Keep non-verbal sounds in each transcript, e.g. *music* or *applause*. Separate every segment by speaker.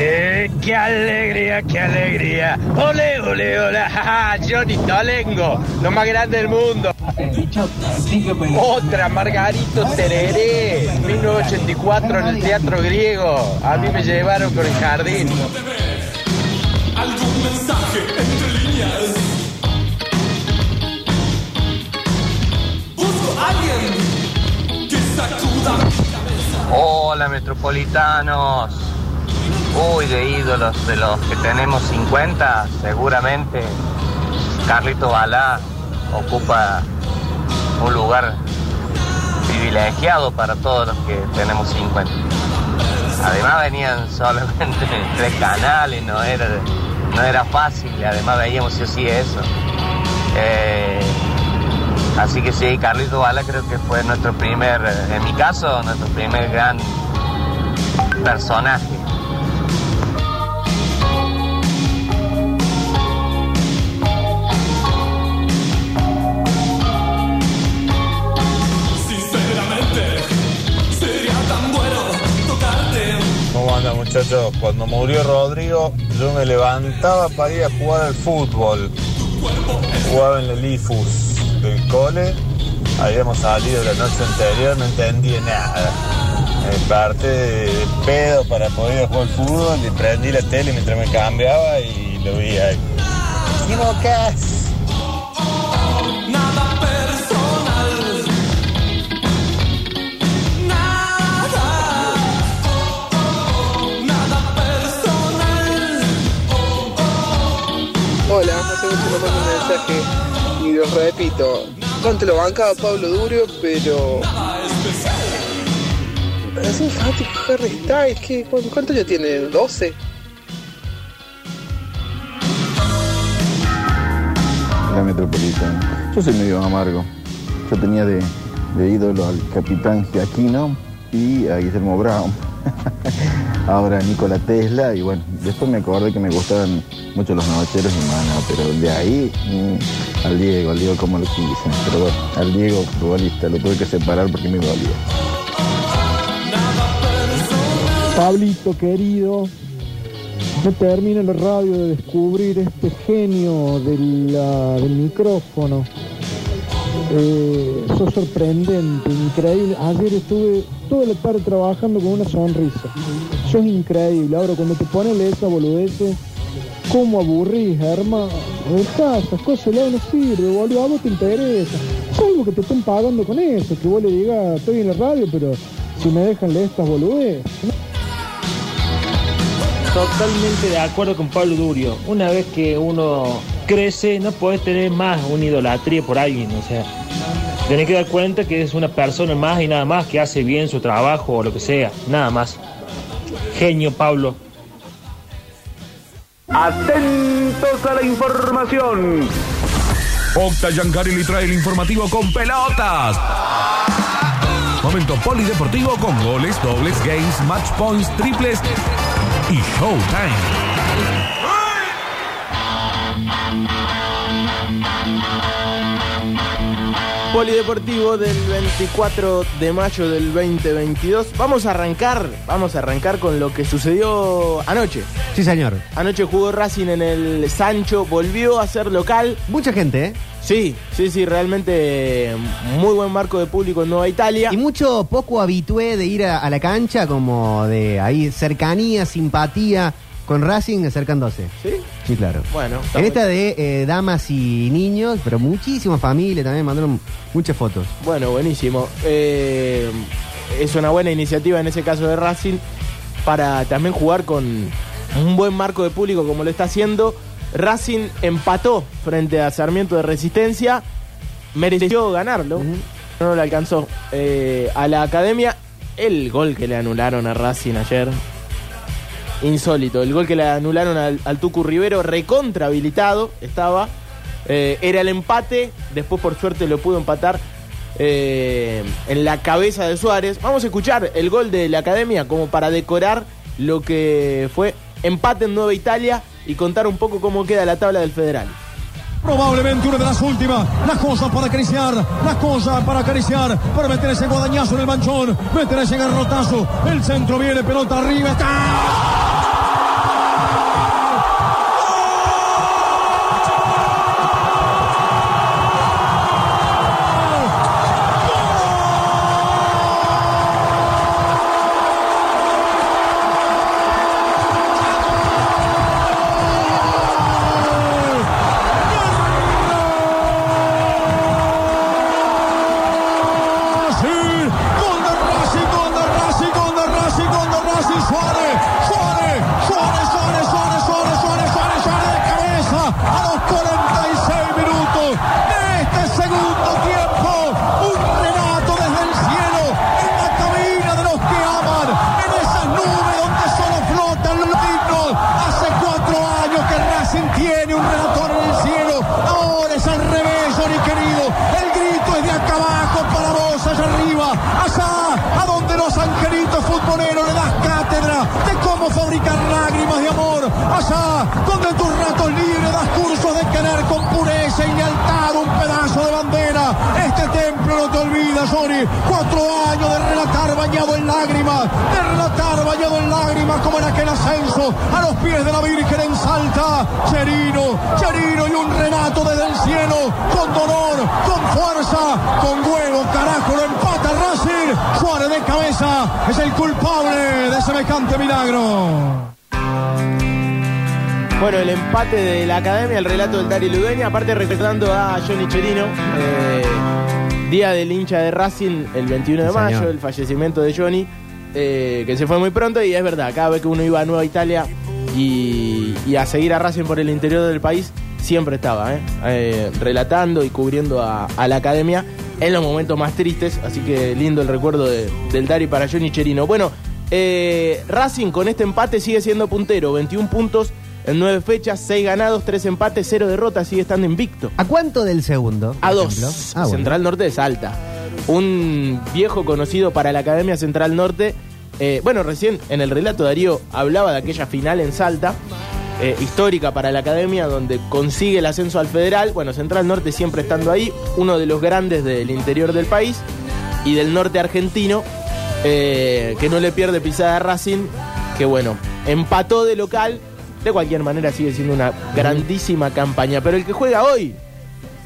Speaker 1: Eh, qué alegría, qué alegría. Ole, ole, *laughs* ole, jaja, Johnny Tolengo, lo más grande del mundo. Otra, Margarito Tereré, 1984 en el Teatro Griego. A mí me llevaron con el jardín.
Speaker 2: Algún mensaje entre líneas. Busco a alguien que sacuda mi cabeza.
Speaker 3: Hola metropolitanos. Uy, de ídolos de los que tenemos 50, seguramente Carlito Balá ocupa un lugar privilegiado para todos los que tenemos 50. Además venían solamente tres canales, no era, no era fácil, además veíamos sí o sí eso. Eh, así que sí, Carlito Bala creo que fue nuestro primer, en mi caso, nuestro primer gran personaje.
Speaker 2: Sinceramente, sería tan bueno tocarte.
Speaker 4: ¿Cómo andan muchachos? Cuando murió Rodrigo, yo me levantaba para ir a jugar al fútbol.
Speaker 2: Tu cuerpo es
Speaker 4: Jugaba en el IFUS del cole. Habíamos salido la noche anterior, no entendía nada. Me parte de pedo para poder ir a jugar al fútbol y prendí la tele mientras me cambiaba y lo vi ahí. ¡Qué bocas!
Speaker 2: nada personal. Nada. Oh, oh, oh, Nada personal.
Speaker 5: Hola, hace mucho no mando un mensaje y los repito. Conte lo bancaba Pablo Durio, pero. Es un fanático de Harry Styles, ¿qué? ¿Cu- ¿Cuánto ya tiene? ¿12?
Speaker 6: La metropolitana. Yo soy medio amargo. Yo tenía de, de ídolo al capitán Giaquino y a Guillermo Brown. *laughs* Ahora a Nikola Tesla y bueno, después me acordé que me gustaban mucho los nocheros y Maná, pero de ahí mm, al Diego, al Diego como lo quise. Pero bueno, al Diego futbolista lo tuve que separar porque me valía.
Speaker 7: Pablito querido, no termino la radio de descubrir este genio del, ah, del micrófono. Eh, sos sorprendente, increíble. Ayer estuve toda la tarde trabajando con una sonrisa. Sos increíble. Ahora, cuando te pones esa boludez, ¿cómo aburrís, hermano? Estás, esas cosas la no sirve, boludo. A vos te interesa. Salvo que te estén pagando con eso, que vos le digas, estoy en la radio, pero si me dejan leer estas boludez.
Speaker 8: Totalmente de acuerdo con Pablo Durio. Una vez que uno crece, no puedes tener más una idolatría por alguien. O sea, tenés que dar cuenta que es una persona más y nada más que hace bien su trabajo o lo que sea. Nada más. Genio, Pablo.
Speaker 9: Atentos a la información.
Speaker 10: Octa Giancarini trae el informativo con pelotas. Momento polideportivo con goles, dobles, games, match points, triples y showtime.
Speaker 11: Polideportivo del 24 de mayo del 2022. Vamos a arrancar, vamos a arrancar con lo que sucedió anoche.
Speaker 12: Sí, señor.
Speaker 11: Anoche jugó Racing en el Sancho, volvió a ser local.
Speaker 12: Mucha gente, ¿eh?
Speaker 11: Sí, sí, sí, realmente eh, muy buen marco de público en Nueva Italia.
Speaker 12: Y mucho poco habitué de ir a, a la cancha, como de ahí cercanía, simpatía con Racing acercándose.
Speaker 11: ¿Sí?
Speaker 12: Sí, claro.
Speaker 11: Bueno, está
Speaker 12: En
Speaker 11: muy-
Speaker 12: esta de eh, damas y niños, pero muchísima familia también mandaron muchas fotos.
Speaker 11: Bueno, buenísimo. Eh, es una buena iniciativa en ese caso de Racing para también jugar con un buen marco de público como lo está haciendo. Racing empató frente a Sarmiento de Resistencia. Mereció ganarlo. No le alcanzó eh, a la academia. El gol que le anularon a Racing ayer. Insólito. El gol que le anularon al, al Tucu Rivero, recontra habilitado, estaba. Eh, era el empate. Después, por suerte, lo pudo empatar eh, en la cabeza de Suárez. Vamos a escuchar el gol de la academia como para decorar lo que fue empate en Nueva Italia y contar un poco cómo queda la tabla del federal.
Speaker 13: Probablemente una de las últimas. Las cosas para acariciar. Las cosas para acariciar. Para meter ese guadañazo en el manchón. Meter ese garrotazo. El centro viene, pelota arriba. ¡Está!
Speaker 11: este
Speaker 13: allá a donde los angelitos futboleros le das cátedra de cómo fabricar lágrimas de amor, allá donde en tus ratos libres das cursos de querer con pureza y lealtad un pedazo de bandera. Este templo no te olvida, Sony, cuatro años de relatar bañado en lágrimas, de relatar bañado en lágrimas como en aquel ascenso a los pies de la Virgen en Salta, Cherino, Cherino y un renato desde el cielo, con dolor, con fuerza, con huevo, carajo, lo empata Racing, Suárez de cabeza es el culpable de semejante milagro.
Speaker 11: Bueno, el empate de la academia, el relato del Dari Ludeña, aparte recordando a Johnny Cherino, eh, día del hincha de Racing, el 21 de
Speaker 7: Sí,
Speaker 11: mayo,
Speaker 7: señor.
Speaker 11: el fallecimiento de Johnny, eh, que se fue muy pronto y es verdad, cada vez que uno iba a Nueva Italia y, y a seguir a Racing por el interior del país, siempre estaba, eh, eh, relatando y cubriendo a, a la academia en los momentos más tristes, así que lindo el recuerdo de- del Dari para Johnny Cherino. Bueno, eh, Racing con este empate sigue siendo puntero, 21 puntos. En nueve fechas, seis ganados, tres empates, cero derrotas, sigue estando invicto.
Speaker 7: ¿A cuánto del segundo? por
Speaker 11: A
Speaker 7: ejemplo?
Speaker 11: dos.
Speaker 7: Ah, bueno.
Speaker 11: Central Norte de Salta. Un viejo conocido para la Academia Central Norte. Eh, bueno, recién en el relato Darío hablaba de aquella final en Salta, eh, histórica para la Academia, donde consigue el ascenso al federal. Bueno, Central Norte siempre estando ahí, uno de los grandes del interior del país y del norte argentino, eh, que no le pierde pisada a Racing, que bueno, empató de local. De cualquier manera sigue siendo una grandísima campaña. Pero el que juega hoy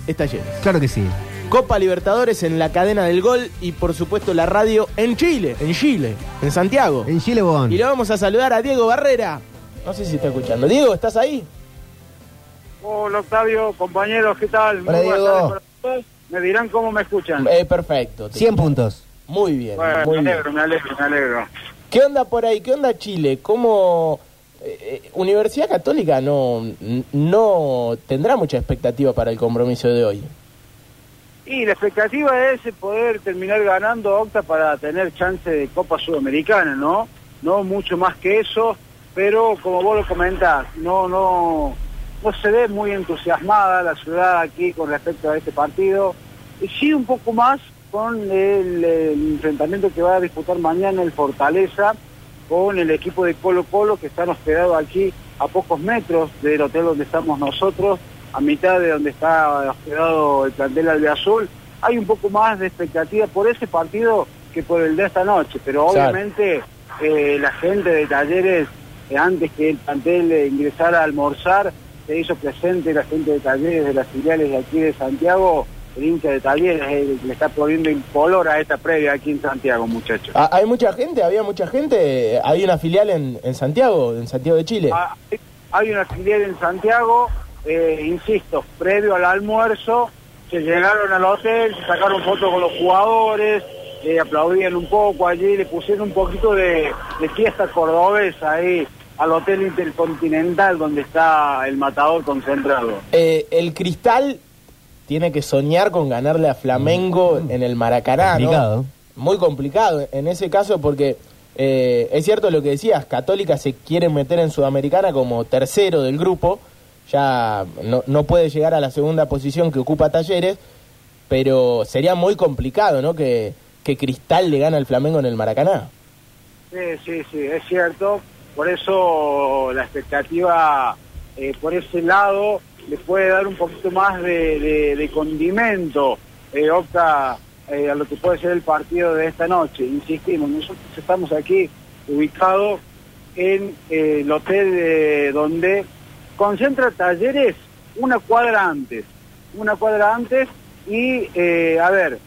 Speaker 11: es Talleres.
Speaker 7: Claro que sí.
Speaker 11: Copa Libertadores en la cadena del gol y por supuesto la radio en Chile, en Chile, en Santiago.
Speaker 7: En Chile, Bon.
Speaker 11: Y le vamos a saludar a Diego Barrera. No sé si está escuchando. Diego, ¿estás ahí?
Speaker 5: Hola Octavio, compañeros, ¿qué tal?
Speaker 11: Hola,
Speaker 5: buenas
Speaker 11: Diego.
Speaker 5: tardes para todos. Me dirán cómo me escuchan.
Speaker 11: Eh, perfecto.
Speaker 7: 100 puntos.
Speaker 11: Muy bien.
Speaker 5: Bueno,
Speaker 11: muy
Speaker 5: me
Speaker 11: bien.
Speaker 5: alegro, me alegro, me alegro.
Speaker 11: ¿Qué onda por ahí? ¿Qué onda Chile? ¿Cómo eh, eh, Universidad Católica no, n- no tendrá mucha expectativa para el compromiso de hoy?
Speaker 5: Y la expectativa es poder terminar ganando Octa para tener chance de Copa Sudamericana, ¿no? No mucho más que eso, pero como vos lo comentás, no, no, no se ve muy entusiasmada la ciudad aquí con respecto a este partido. Y Sí un poco más con el, el enfrentamiento que va a disputar mañana el Fortaleza con el equipo de Colo Colo que están hospedados aquí a pocos metros del hotel donde estamos nosotros, a mitad de donde está hospedado el plantel Albiazul. Hay un poco más de expectativa por ese partido que por el de esta noche, pero
Speaker 4: Claro.
Speaker 5: obviamente eh, la gente de Talleres, eh, antes que el plantel eh, ingresara a almorzar, se hizo presente la gente de Talleres, de las filiales de aquí de Santiago, el hincha de Talleres, eh, que le está poniendo color a esta previa aquí en Santiago, muchachos.
Speaker 11: Ah, ¿Hay mucha gente? ¿Había mucha gente? ¿Hay una filial en, en Santiago, en Santiago de Chile?
Speaker 5: Ah, hay una filial en Santiago, eh, insisto, previo al almuerzo, se llegaron al hotel, se sacaron fotos con los jugadores, eh, aplaudían un poco allí, le pusieron un poquito de, de fiesta cordobesa ahí al hotel intercontinental donde está el matador concentrado.
Speaker 11: Eh, el Cristal tiene que soñar con ganarle a Flamengo en el Maracaná. ¿no?
Speaker 7: Complicado.
Speaker 11: Muy complicado en ese caso porque eh, es cierto lo que decías, Católica se quiere meter en Sudamericana como tercero del grupo, ya no, no puede llegar a la segunda posición que ocupa Talleres, pero sería muy complicado ¿no? que, que Cristal le gane al Flamengo en el Maracaná.
Speaker 5: Sí, sí, sí, es cierto. Por eso la expectativa eh, por ese lado le puede dar un poquito más de, de- de condimento, eh, opta eh, a lo que puede ser el partido de esta noche. Insistimos, nosotros estamos aquí ubicados en eh, el hotel eh, donde concentra talleres una cuadra antes, una cuadra antes y, eh, a ver,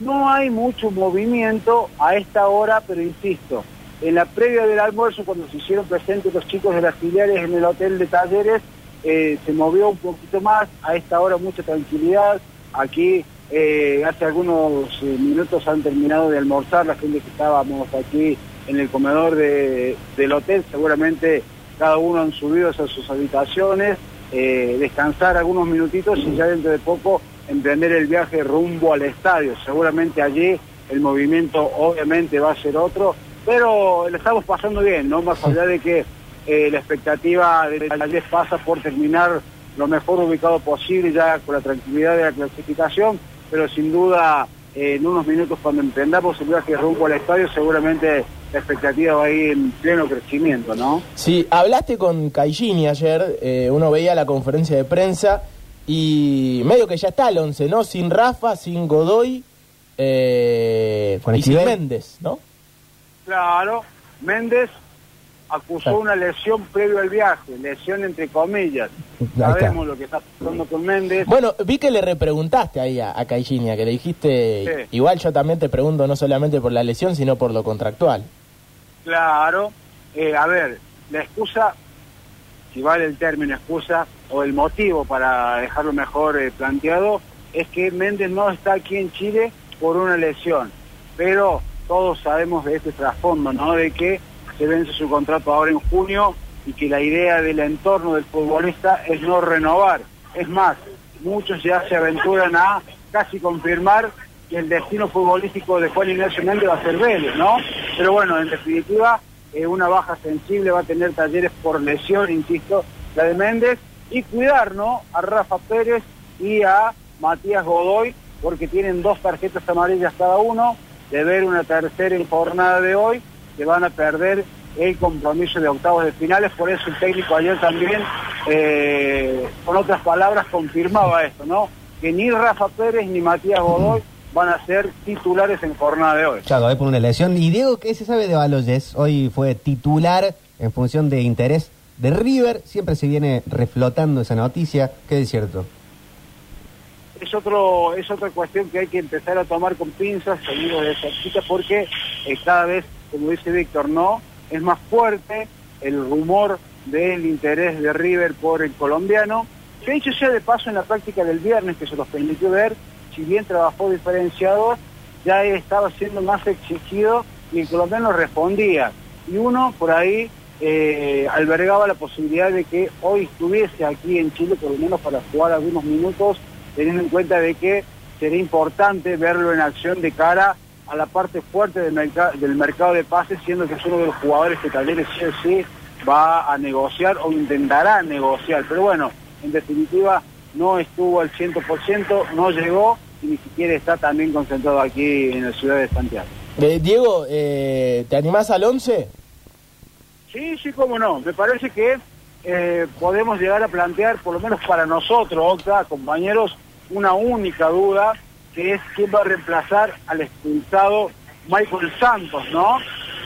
Speaker 5: no hay mucho movimiento a esta hora, pero insisto, en la previa del almuerzo, cuando se hicieron presentes los chicos de las filiales en el hotel de talleres, eh, se movió un poquito más, a esta hora mucha tranquilidad, aquí eh, hace algunos eh, minutos han terminado de almorzar la gente que estábamos aquí en el comedor de- del hotel, seguramente cada uno han subido a sus habitaciones, eh, descansar algunos minutitos y ya dentro de poco emprender el viaje rumbo al estadio. Seguramente allí el movimiento obviamente va a ser otro, pero lo estamos pasando bien, ¿no? Más allá de que eh, la expectativa de Talleres pasa por terminar lo mejor ubicado posible ya con la tranquilidad de la clasificación, pero sin duda eh, en unos minutos cuando emprendamos el viaje rumbo al estadio, seguramente la expectativa va a ir en pleno crecimiento, ¿no?
Speaker 11: Sí, hablaste con Caillini ayer, eh, uno veía la conferencia de prensa y medio que ya está el 11, ¿no? Sin Rafa, sin Godoy eh,
Speaker 7: Con
Speaker 11: y sin
Speaker 7: Esquivel.
Speaker 11: Méndez, ¿no?
Speaker 5: Claro, Méndez acusó una lesión previo al viaje, lesión entre comillas.
Speaker 11: está.
Speaker 5: Sabemos lo que está pasando con Méndez.
Speaker 11: Bueno, vi que le repreguntaste ahí a, a Caixinha, que le dijiste,
Speaker 5: Sí.
Speaker 11: igual yo también te pregunto no solamente por la lesión, sino por lo contractual.
Speaker 5: Claro, eh, a ver, la excusa, si vale el término excusa, o el motivo para dejarlo mejor eh, planteado, es que Méndez no está aquí en Chile por una lesión. Pero todos sabemos de este trasfondo, ¿no? De que se vence su contrato ahora en junio y que la idea del entorno del futbolista es no renovar. Es más, muchos ya se aventuran a casi confirmar que el destino futbolístico de Juan Ignacio Méndez va a ser Vélez, ¿no? Pero bueno, en definitiva, eh, una baja sensible va a tener talleres por lesión, insisto, la de Méndez, y cuidarnos a Rafa Pérez y a Matías Godoy, porque tienen dos tarjetas amarillas cada uno, de ver una tercera en jornada de hoy, que van a perder el compromiso de octavos de finales, por eso el técnico ayer también, eh, con otras palabras, confirmaba esto, ¿no? Que ni Rafa Pérez ni Matías Godoy van a ser titulares en jornada de hoy.
Speaker 7: Claro, hoy por una lesión. Y Diego, ¿qué se sabe de Baloyes? Hoy fue titular en función de interés de River. Siempre se viene reflotando esa noticia. ¿Qué es cierto?
Speaker 5: es otro es otra cuestión que hay que empezar a tomar con pinzas seguido de esa chica porque eh, cada vez como dice Víctor no es más fuerte el rumor del interés de River por el colombiano que dicho sea de paso en la práctica del viernes que se los permitió ver si bien trabajó diferenciado ya estaba siendo más exigido y el colombiano respondía y uno por ahí eh, albergaba la posibilidad de que hoy estuviese aquí en Chile por lo menos para jugar algunos minutos teniendo en cuenta de que sería importante verlo en acción de cara a la parte fuerte del, merca- del mercado de pases, siendo que es uno de los jugadores que Talleres sí o sí va a negociar o intentará negociar. Pero bueno, en definitiva no estuvo al 100%, no llegó y ni siquiera está también concentrado aquí en la ciudad de Santiago.
Speaker 11: Eh, Diego, eh, ¿te animás al 11?
Speaker 5: Sí, sí, cómo no. Me parece que eh, podemos llegar a plantear, por lo menos para nosotros, Octa, compañeros, una única duda, que es quién va a reemplazar al expulsado Michael Santos, ¿no?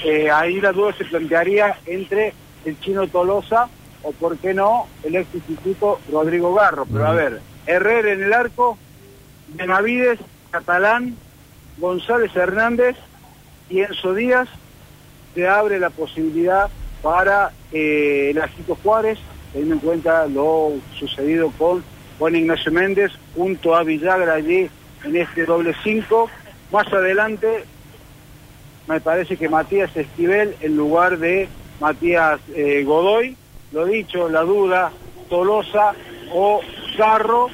Speaker 5: Eh, ahí la duda se plantearía entre el chino Tolosa o, por qué no, el ex instituto Rodrigo Garro. Pero a ver, Herrera en el arco, Benavides, Catalán, González Hernández y Enzo Díaz se abre la posibilidad para eh, el Ajito Juárez, teniendo en cuenta lo sucedido con Juan Ignacio Méndez junto a Villagra allí en este doble 5. Más adelante me parece que Matías Esquivel en lugar de Matías eh, Godoy. Lo dicho, la duda, Tolosa o Carro,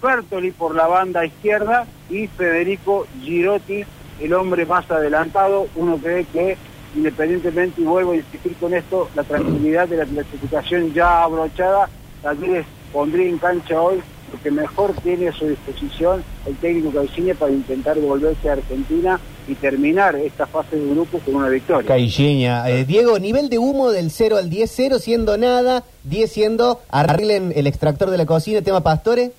Speaker 5: Bertoli por la banda izquierda y Federico Girotti, el hombre más adelantado. Uno cree que, independientemente, y vuelvo a insistir con esto, la tranquilidad de la clasificación ya abrochada, también pondría en cancha hoy lo que mejor tiene a su disposición el técnico Caixinha para intentar volverse a Argentina y terminar esta fase de grupo con una victoria.
Speaker 7: Caixinha. Eh, Diego, nivel de humo del 0 al 10, 0 siendo nada, 10 siendo arreglen el extractor de la cocina, tema pastores.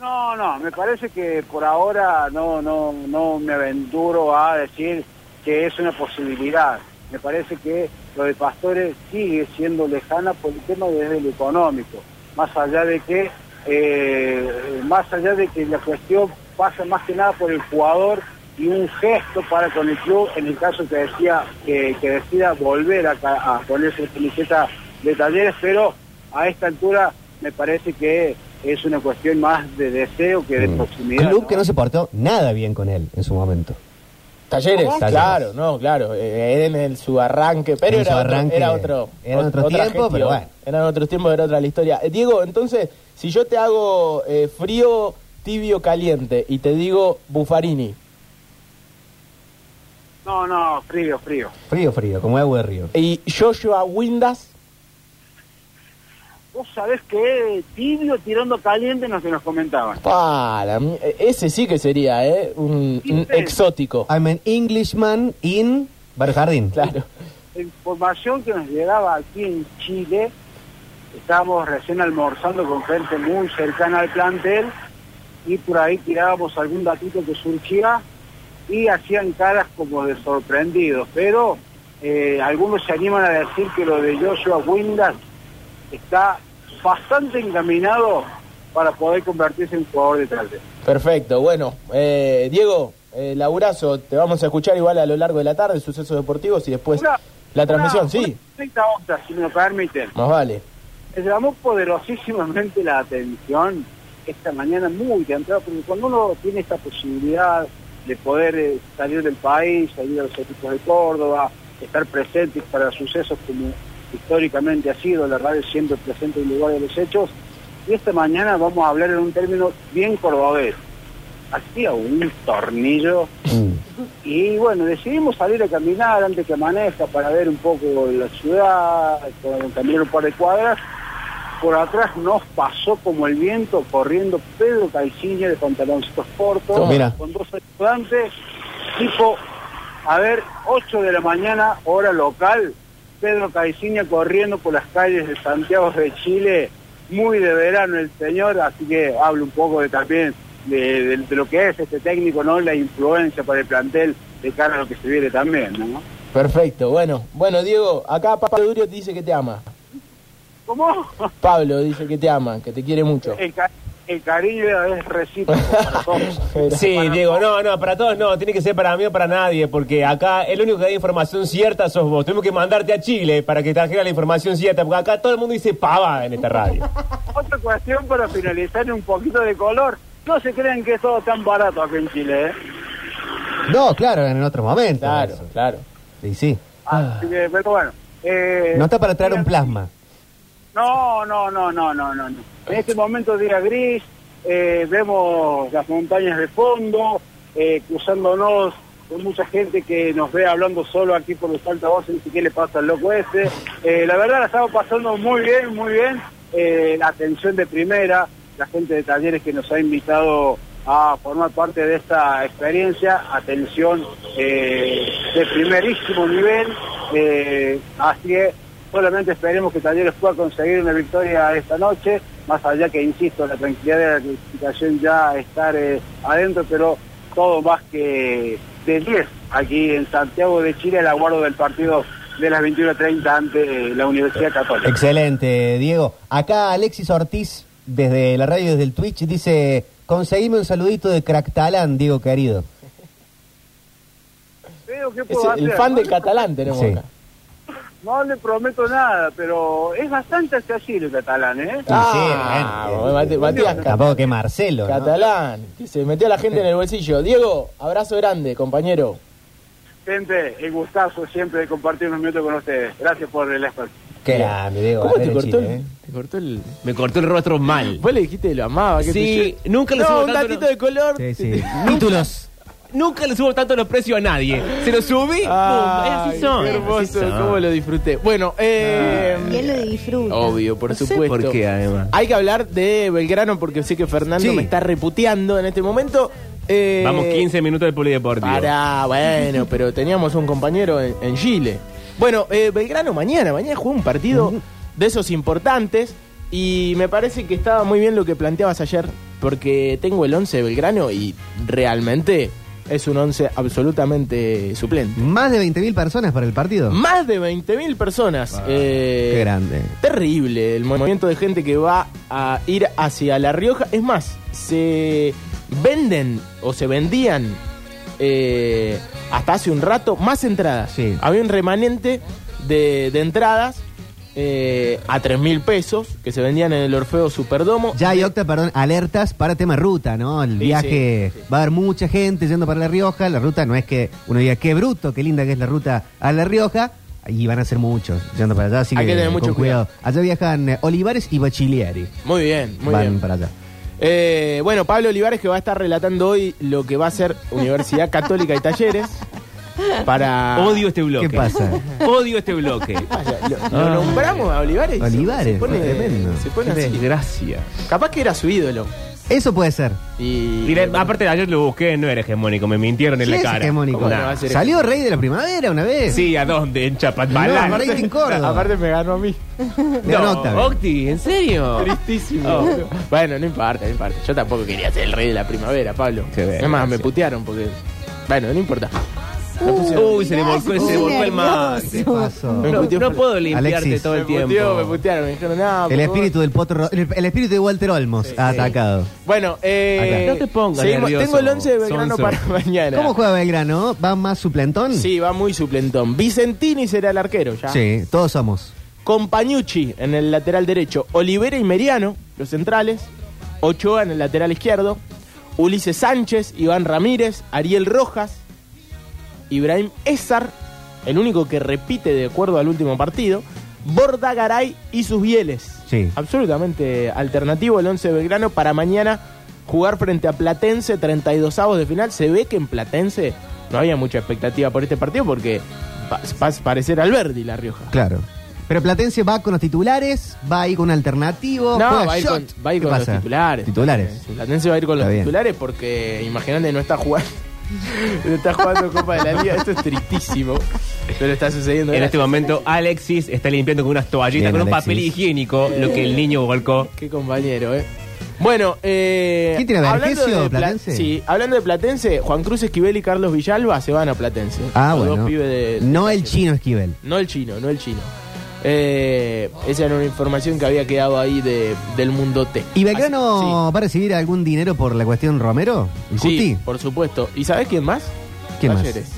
Speaker 5: No, no, me parece que por ahora no, no, no me aventuro a decir que es una posibilidad. Me parece que lo de Pastores sigue siendo lejana por el tema desde lo económico. Más allá de que, eh, más allá de que la cuestión pasa más que nada por el jugador y un gesto para con el club en el caso que decía que, que decida volver a, ca- a ponerse la camiseta de talleres, pero a esta altura me parece que es una cuestión más de deseo que de
Speaker 7: Mm.
Speaker 5: proximidad.
Speaker 7: Club que no se portó nada bien con él en su momento.
Speaker 11: Talleres,
Speaker 7: ¿Cómo?
Speaker 11: claro, no, claro. eh, era en el, su arranque, pero
Speaker 7: En
Speaker 11: era,
Speaker 7: su
Speaker 11: otro-
Speaker 7: arranque,
Speaker 11: era otro.
Speaker 7: eran
Speaker 11: ot-
Speaker 7: otros
Speaker 11: otra
Speaker 7: tiempos, pero
Speaker 11: gestión.
Speaker 7: bueno.
Speaker 11: Eran otros tiempos, era otra la historia. Eh, Diego, entonces, si yo te hago eh, frío, tibio, caliente y te digo Bufarini,
Speaker 5: No, no, frío, frío.
Speaker 7: Frío, frío, como agua de río.
Speaker 11: y yo a Windas,
Speaker 5: Vos sabes qué, tibio tirando caliente, no se nos comentaban.
Speaker 11: Para mí, e, ese sí que sería, ¿eh? Un, un exótico.
Speaker 7: I'm an Englishman in Bar Jardín.
Speaker 11: Claro.
Speaker 5: La información que nos llegaba aquí en Chile, estábamos recién almorzando con gente muy cercana al plantel y por ahí tirábamos algún datito que surgía y hacían caras como de sorprendidos, pero eh, algunos se animan a decir que lo de Joshua Windas está bastante encaminado para poder convertirse en jugador de tal vez.
Speaker 11: Perfecto, bueno, eh, Diego, eh, laburazo, te vamos a escuchar igual a lo largo de la tarde, sucesos deportivos y después
Speaker 5: Una-
Speaker 11: Pues, la transmisión, sí,
Speaker 5: Perfecta onda, si me lo permiten.
Speaker 11: más vale.
Speaker 5: Me llamó poderosísimamente la atención esta mañana muy temprano, porque cuando uno tiene esta posibilidad de poder eh, salir del país, salir a los equipos de Córdoba, estar presentes para sucesos como históricamente ha sido, la radio siempre presente en lugar de los hechos, y esta mañana vamos a hablar en un término bien cordobés. Hacía un tornillo
Speaker 7: Mm.
Speaker 5: y bueno, decidimos salir a caminar antes que amanezca para ver un poco la ciudad, con- caminar un par de cuadras. Por atrás nos pasó como el viento corriendo Pedro Calciña de pantaloncitos cortos,
Speaker 7: Toma. Mira.
Speaker 5: con dos ayudantes, tipo, a ver, 8 de la mañana, hora local, Pedro Calciña corriendo por las calles de Santiago de Chile, muy de verano el señor, así que hablo un poco de también de, de- de lo que es este técnico, ¿no? La influencia para el plantel de cara a lo que se viene también, ¿no?
Speaker 11: Perfecto, bueno, bueno, Diego, acá Pablo Durio te dice que te ama.
Speaker 5: ¿Cómo?
Speaker 11: Pablo dice que te ama, que te quiere mucho.
Speaker 4: Eh,
Speaker 5: El, ca- el cariño es recíproco para todos.
Speaker 7: *laughs*
Speaker 4: Sí, Diego, no, no, para todos no, tiene que ser para mí o para nadie, porque acá el único que da información cierta sos vos. Tenemos que mandarte a Chile para que trajera la información cierta, porque acá todo el mundo dice pava en esta radio.
Speaker 5: Otra cuestión para finalizar un poquito de color. No se crean que es todo tan barato acá en Chile, ¿eh?
Speaker 7: No, claro, en otro momento.
Speaker 11: Claro, claro.
Speaker 7: Sí, sí.
Speaker 5: Así que, pero bueno. eh,
Speaker 7: Ah. No está para traer un plasma.
Speaker 5: No, no, no, no, no, no. no. En este momento día gris, eh, vemos las montañas de fondo, eh, cruzándonos con mucha gente que nos ve hablando solo aquí por los altavoces, ni siquiera le pasa al loco este. Eh, la verdad la estamos pasando muy bien, muy bien. Eh, la atención de primera, la gente de talleres que nos ha invitado a formar parte de esta experiencia, atención eh, de primerísimo nivel. eh, así que Solamente esperemos que Talleres pueda conseguir una victoria esta noche, más allá que, insisto, la tranquilidad de la clasificación ya estar eh, adentro, pero todo más que de 10 aquí en Santiago de Chile, el aguardo del partido de las 21.30 ante eh, la Universidad Católica.
Speaker 7: Excelente, Diego. Acá Alexis Ortiz, desde la radio, desde el Twitch, dice: Conseguime un saludito de Cractalán, Diego querido.
Speaker 5: Pero, ¿qué
Speaker 11: Es
Speaker 5: puedo
Speaker 11: el
Speaker 5: hacer?
Speaker 11: fan
Speaker 5: No
Speaker 11: del catalán tenemos
Speaker 7: Sí.
Speaker 11: acá.
Speaker 5: No le prometo nada, pero es bastante accesible el catalán, ¿eh?
Speaker 11: Ah, bueno, Mati- Matías Cat-
Speaker 7: Tampoco eh, que Marcelo. ¿no?
Speaker 11: Catalán, que se metió a la gente en el bolsillo. Diego, abrazo grande, compañero.
Speaker 5: Gente, el gustazo siempre de compartir unos minutos con ustedes. Gracias por el espacio.
Speaker 7: Qué grande, Diego.
Speaker 11: ¿Cómo
Speaker 7: acá
Speaker 11: te
Speaker 7: en
Speaker 11: cortó,
Speaker 7: Chile,
Speaker 11: el,
Speaker 7: eh?
Speaker 11: te cortó el...?
Speaker 4: Me cortó el rostro mal.
Speaker 11: Vos le dijiste que lo amaba. qué sé
Speaker 4: Sí,
Speaker 11: yo.
Speaker 4: nunca le
Speaker 11: No,
Speaker 4: subo
Speaker 11: un
Speaker 4: tanto,
Speaker 11: datito
Speaker 4: no.
Speaker 11: de color.
Speaker 7: Sí, sí. Títulos.
Speaker 4: Nunca le subo tanto los precios a nadie. Se los subí, pum,
Speaker 11: Ay,
Speaker 4: Uh, así son.
Speaker 11: qué hermoso,
Speaker 4: Así son.
Speaker 11: cómo lo disfruté. Bueno, eh...
Speaker 14: Y él lo disfruta.
Speaker 11: Obvio, por supuesto.
Speaker 4: por qué, además.
Speaker 11: Hay que hablar de Belgrano porque sé que Fernando me está reputeando en este momento. Eh,
Speaker 4: Vamos 15 minutos del polideportivo.
Speaker 11: Pará, bueno, pero teníamos un compañero en, en Chile. Bueno, eh, Belgrano mañana, mañana juega un partido de esos importantes y me parece que estaba muy bien lo que planteabas ayer porque tengo el 11 de Belgrano y realmente es un 11 absolutamente suplente.
Speaker 7: Más de 20.000 personas para el partido.
Speaker 11: Más de 20.000 personas. eh,
Speaker 7: Qué grande.
Speaker 11: Terrible el movimiento de gente que va a ir hacia La Rioja. Es más, se venden o se vendían eh, hasta hace un rato más entradas. Había un remanente de, de entradas eh, a 3 mil pesos que se vendían en el Orfeo Superdomo.
Speaker 7: Ya hay octa, perdón, alertas para tema ruta, ¿no? El
Speaker 11: Sí,
Speaker 7: viaje va a haber mucha gente yendo para La Rioja. La ruta no es que uno diga qué bruto, qué linda que es la ruta a La Rioja. Y van a ser muchos yendo para allá, así
Speaker 11: Hay que tener
Speaker 7: con
Speaker 11: mucho
Speaker 7: Allá viajan eh, Olivares y Bachilieri.
Speaker 11: Muy bien, muy
Speaker 7: van
Speaker 11: bien.
Speaker 7: para allá.
Speaker 11: Eh, bueno, Pablo Olivares que va a estar relatando hoy lo que va a ser Universidad Católica y Talleres. para.
Speaker 14: Odio este bloque.
Speaker 11: ¿Qué *laughs* pasa?
Speaker 14: Odio este bloque.
Speaker 11: Lo nombramos a Olivares. y se-
Speaker 7: Ah. Olivares,
Speaker 11: Se pone,
Speaker 7: tremendo.
Speaker 11: se pone
Speaker 14: Qué
Speaker 11: así.
Speaker 14: desgracia.
Speaker 11: Capaz que era su ídolo.
Speaker 7: Eso puede ser.
Speaker 11: Y,
Speaker 14: Mira, aparte de ayer lo busqué, no era hegemónico, me mintieron en
Speaker 7: Sí
Speaker 14: la
Speaker 7: es
Speaker 14: cara.
Speaker 7: hegemónico.
Speaker 14: ¿Cómo no va a ser
Speaker 7: Salió rey de la primavera una vez.
Speaker 14: Sí, ¿a dónde? En
Speaker 7: No,
Speaker 14: Chapatmalá. *laughs*
Speaker 7: aparte- Rating Córdoba.
Speaker 11: Aparte me ganó a mí.
Speaker 7: Le anota, ¿verdad?
Speaker 11: Octi, ¿en serio? Tristísimo.
Speaker 14: Oh.
Speaker 11: boludo. Bueno, no importa, no importa. Yo tampoco quería ser el rey de la primavera, Pablo. Es más, me putearon porque. Bueno, no importa. No pusieron-
Speaker 14: Uy, se le volcó, se le volcó el mar.
Speaker 7: ¿Qué pasó?
Speaker 11: Me
Speaker 14: No,
Speaker 11: puteó
Speaker 14: no
Speaker 11: por-
Speaker 14: puedo limpiarte
Speaker 7: Alexis.
Speaker 14: todo el
Speaker 11: me
Speaker 14: tiempo.
Speaker 11: puteó, me putearon, me dijeron nada.
Speaker 7: El espíritu del potro, Ro- el, el espíritu de Walter Olmos ha atacado.
Speaker 11: Bueno, eh.
Speaker 7: Acá.
Speaker 11: No te pongas. tengo el 11 de Belgrano para *laughs* mañana.
Speaker 7: ¿Cómo juega Belgrano? ¿Va más suplentón?
Speaker 11: Sí, va muy suplentón. Vicentini será el arquero ya.
Speaker 7: Sí, todos somos.
Speaker 11: Compañucci en el lateral derecho, Olivera y Meriano, los centrales, Ochoa en el lateral izquierdo, Ulises Sánchez, Iván Ramírez, Ariel Rojas, Ibrahim Ezar, el único que repite de acuerdo al último partido, Borda Garay y sus bieles.
Speaker 7: Sí.
Speaker 11: Absolutamente alternativo el 11 de Belgrano para mañana jugar frente a Platense, 32 avos de final. Se ve que en Platense no había mucha expectativa por este partido porque va va a parecer Alberdi La Rioja.
Speaker 7: Claro. Pero Platense va con los titulares, va ahí con un alternativo.
Speaker 11: No,
Speaker 7: juega
Speaker 11: va a ir
Speaker 7: shot.
Speaker 11: con, va a
Speaker 7: pues, ¿Qué
Speaker 11: ir con los
Speaker 7: pasa?
Speaker 11: titulares.
Speaker 7: Titulares.
Speaker 11: Sí, Platense va a ir con los
Speaker 7: Está bien.
Speaker 11: titulares porque imagínate, no está jugando. *laughs* no está jugando Copa de la Liga. Esto es tristísimo. Pero está sucediendo.
Speaker 14: En
Speaker 11: Era-
Speaker 14: este momento, Alexis está limpiando con unas toallitas,
Speaker 11: Bien,
Speaker 14: con un
Speaker 11: Alexis.
Speaker 14: papel higiénico, lo que el niño volcó.
Speaker 11: Qué compañero, eh. Bueno, eh.
Speaker 7: ¿Quién tiene, Vergesio,
Speaker 11: Pla-
Speaker 7: Platense?
Speaker 11: Sí, hablando de Platense, Juan Cruz Esquivel y Carlos Villalba se van a Platense.
Speaker 7: Ah,
Speaker 11: Los
Speaker 7: bueno.
Speaker 11: Dos pibes de-
Speaker 7: no el chino Esquivel.
Speaker 11: No el chino, no el chino. Eh, esa era una información que había quedado ahí de, del mundo T.
Speaker 7: ¿Y Belgrano va a recibir algún dinero por la cuestión Romero? ¿El
Speaker 11: Sí,
Speaker 7: Cuti?
Speaker 11: por supuesto. ¿Y sabes quién más?
Speaker 7: ¿Quién más?
Speaker 11: Talleres.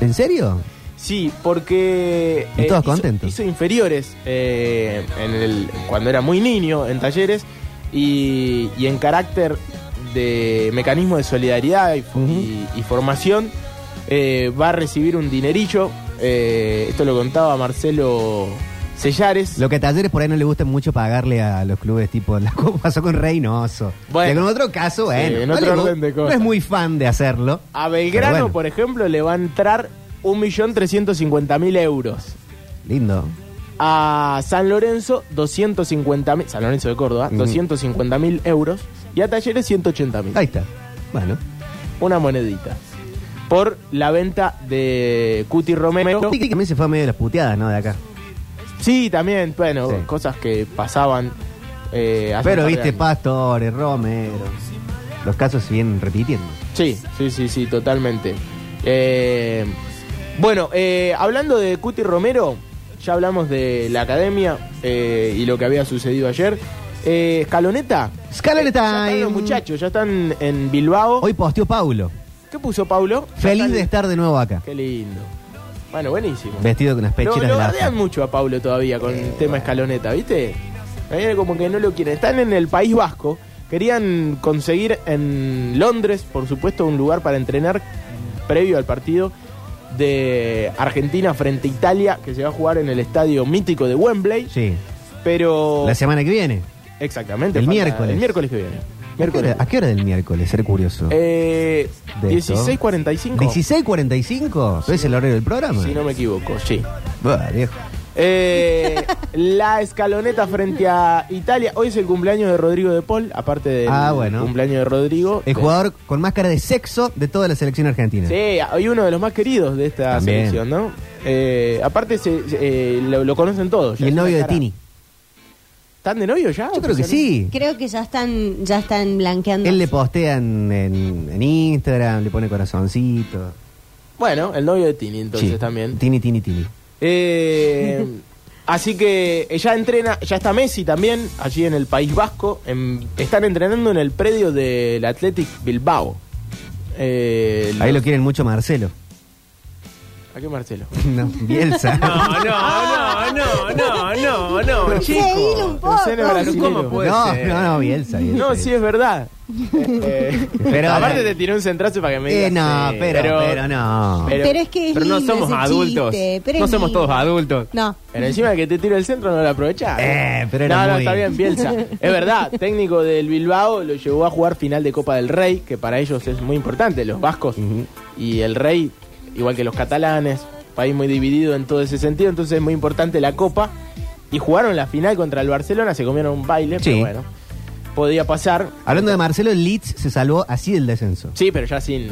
Speaker 7: ¿En serio?
Speaker 11: Sí, porque eh,
Speaker 7: Y todos
Speaker 11: hizo-
Speaker 7: contentos.
Speaker 11: Hizo, inferiores eh, en el, cuando era muy niño en talleres y, y en carácter de mecanismo de solidaridad y, y- y formación eh, va a recibir un dinerillo. eh, esto lo contaba Marcelo Sellares.
Speaker 7: Lo que a Talleres por ahí no le gusta mucho pagarle a los clubes, tipo, *laughs* la- como pasó con Reynoso.
Speaker 11: Bueno.
Speaker 7: Y con otro caso,
Speaker 11: Sí,
Speaker 7: bueno,
Speaker 11: en
Speaker 7: no,
Speaker 11: otro
Speaker 7: le-
Speaker 11: orden de
Speaker 7: no
Speaker 11: cosas.
Speaker 7: es muy fan de hacerlo.
Speaker 11: A Belgrano,
Speaker 7: Pero bueno.
Speaker 11: por ejemplo, le va a entrar 1.350.000 euros.
Speaker 7: Lindo.
Speaker 11: A San Lorenzo, 250.000. San Lorenzo de Córdoba, 250.000 euros. Y a Talleres, 180.000.
Speaker 7: Ahí está. Bueno.
Speaker 11: Una monedita. Por la venta de Cuti Romero.
Speaker 7: Tiki también se fue a medio de las puteadas, ¿no? De acá.
Speaker 11: Sí, también, bueno, cosas que pasaban. eh, hace
Speaker 7: Pero
Speaker 11: un par de
Speaker 7: viste,
Speaker 11: años.
Speaker 7: Pastores, Romero. Los casos se vienen repitiendo.
Speaker 11: Sí, sí, sí, sí, totalmente. Eh, bueno, eh, hablando de Cuti Romero, ya hablamos de la academia eh, y lo que había sucedido ayer. Eh, Escaloneta.
Speaker 7: Escaloneta.
Speaker 11: Ya están los muchachos, ya están en Bilbao.
Speaker 7: Hoy posteó Paulo.
Speaker 11: ¿Qué puso Paulo? Ya
Speaker 7: Feliz
Speaker 11: están-
Speaker 7: de estar de nuevo acá.
Speaker 11: Qué lindo. Bueno, buenísimo.
Speaker 7: Vestido con las
Speaker 11: Lo,
Speaker 7: pecheras
Speaker 11: lo
Speaker 7: de la
Speaker 11: bardean mucho a Paulo todavía con el tema escaloneta, ¿viste? A mí como que no lo quieren. Están en el País Vasco. Querían conseguir en Londres, por supuesto, un lugar para entrenar previo al partido de Argentina frente a Italia, que se va a jugar en el estadio mítico de Wembley.
Speaker 7: Sí.
Speaker 11: Pero.
Speaker 7: La semana que viene.
Speaker 11: Exactamente.
Speaker 7: El
Speaker 11: falta-
Speaker 7: miércoles.
Speaker 11: El miércoles que viene.
Speaker 7: ¿A qué
Speaker 11: Miércoles.
Speaker 7: hora- ¿A qué hora del miércoles? Ser curioso.
Speaker 11: Eh,
Speaker 7: De esto.
Speaker 11: 16.45.
Speaker 7: 16.45. ¿Es el horario del programa?
Speaker 11: Si no me equivoco, sí.
Speaker 7: Bah, viejo.
Speaker 11: Eh, la escaloneta frente a Italia. Hoy es el cumpleaños de Rodrigo de Paul, aparte del
Speaker 7: Ah, bueno.
Speaker 11: cumpleaños de Rodrigo.
Speaker 7: El jugador con máscara de sexo de toda la selección argentina.
Speaker 11: Sí, hay uno de los más queridos de esta
Speaker 7: También.
Speaker 11: selección, ¿no? Eh, aparte, se- se- eh, lo, lo conocen todos. ya
Speaker 7: Y el
Speaker 11: es una
Speaker 7: novio de
Speaker 11: cara.
Speaker 7: Tini.
Speaker 11: ¿Están de novio ya?
Speaker 7: Yo creo que sí.
Speaker 15: Creo que ya están, ya están blanqueando.
Speaker 7: Él le postea en, en- en Instagram, le pone corazoncito.
Speaker 11: Bueno, el novio de Tini, entonces
Speaker 7: Sí.
Speaker 11: también.
Speaker 7: Tini, Tini, Tini.
Speaker 11: Eh, así que eh, ya entrena, ya está Messi también, allí en el País Vasco. en- están entrenando en el predio del Athletic Bilbao. Eh,
Speaker 7: Ahí lo quieren mucho Marcelo. *laughs*
Speaker 11: ¿A qué Marcelo?
Speaker 7: No,
Speaker 11: *laughs*
Speaker 7: Bielsa.
Speaker 14: No, no, no, no, no, no, no,
Speaker 15: Seguilo
Speaker 14: chico.
Speaker 15: un poco.
Speaker 11: Marcelo brasilero.
Speaker 14: ¿Cómo puede
Speaker 7: no,
Speaker 14: ser?
Speaker 7: no, no, Bielsa, Bielsa.
Speaker 11: No, sí es verdad. Eh,
Speaker 7: *laughs* Pero-
Speaker 11: aparte te tiró un centrazo para que me
Speaker 7: Eh,
Speaker 11: digas.
Speaker 7: no,
Speaker 11: sí,
Speaker 7: pero, pero, no.
Speaker 11: pero-
Speaker 15: Pero es que es
Speaker 14: Pero no
Speaker 15: lindo
Speaker 14: somos
Speaker 15: ese
Speaker 14: adultos.
Speaker 15: chiste, pero
Speaker 14: No
Speaker 15: es
Speaker 14: somos
Speaker 15: lindo.
Speaker 14: todos adultos.
Speaker 15: No.
Speaker 11: Pero encima que te tiro el centro no lo aprovechás.
Speaker 7: Eh, pero era
Speaker 11: no, no,
Speaker 7: muy-
Speaker 11: está
Speaker 7: *laughs*
Speaker 11: bien, Bielsa. Es verdad, técnico del Bilbao lo llevó a jugar final de Copa del Rey, que para ellos es muy importante, los vascos. Y el Rey igual que los catalanes, país muy dividido en todo ese sentido, entonces es muy importante la Copa. Y jugaron la final contra el Barcelona, se comieron un baile, pero
Speaker 7: Sí.
Speaker 11: bueno, podía pasar.
Speaker 7: Hablando de Marcelo, el Leeds se salvó así del descenso.
Speaker 11: Sí, pero ya sin,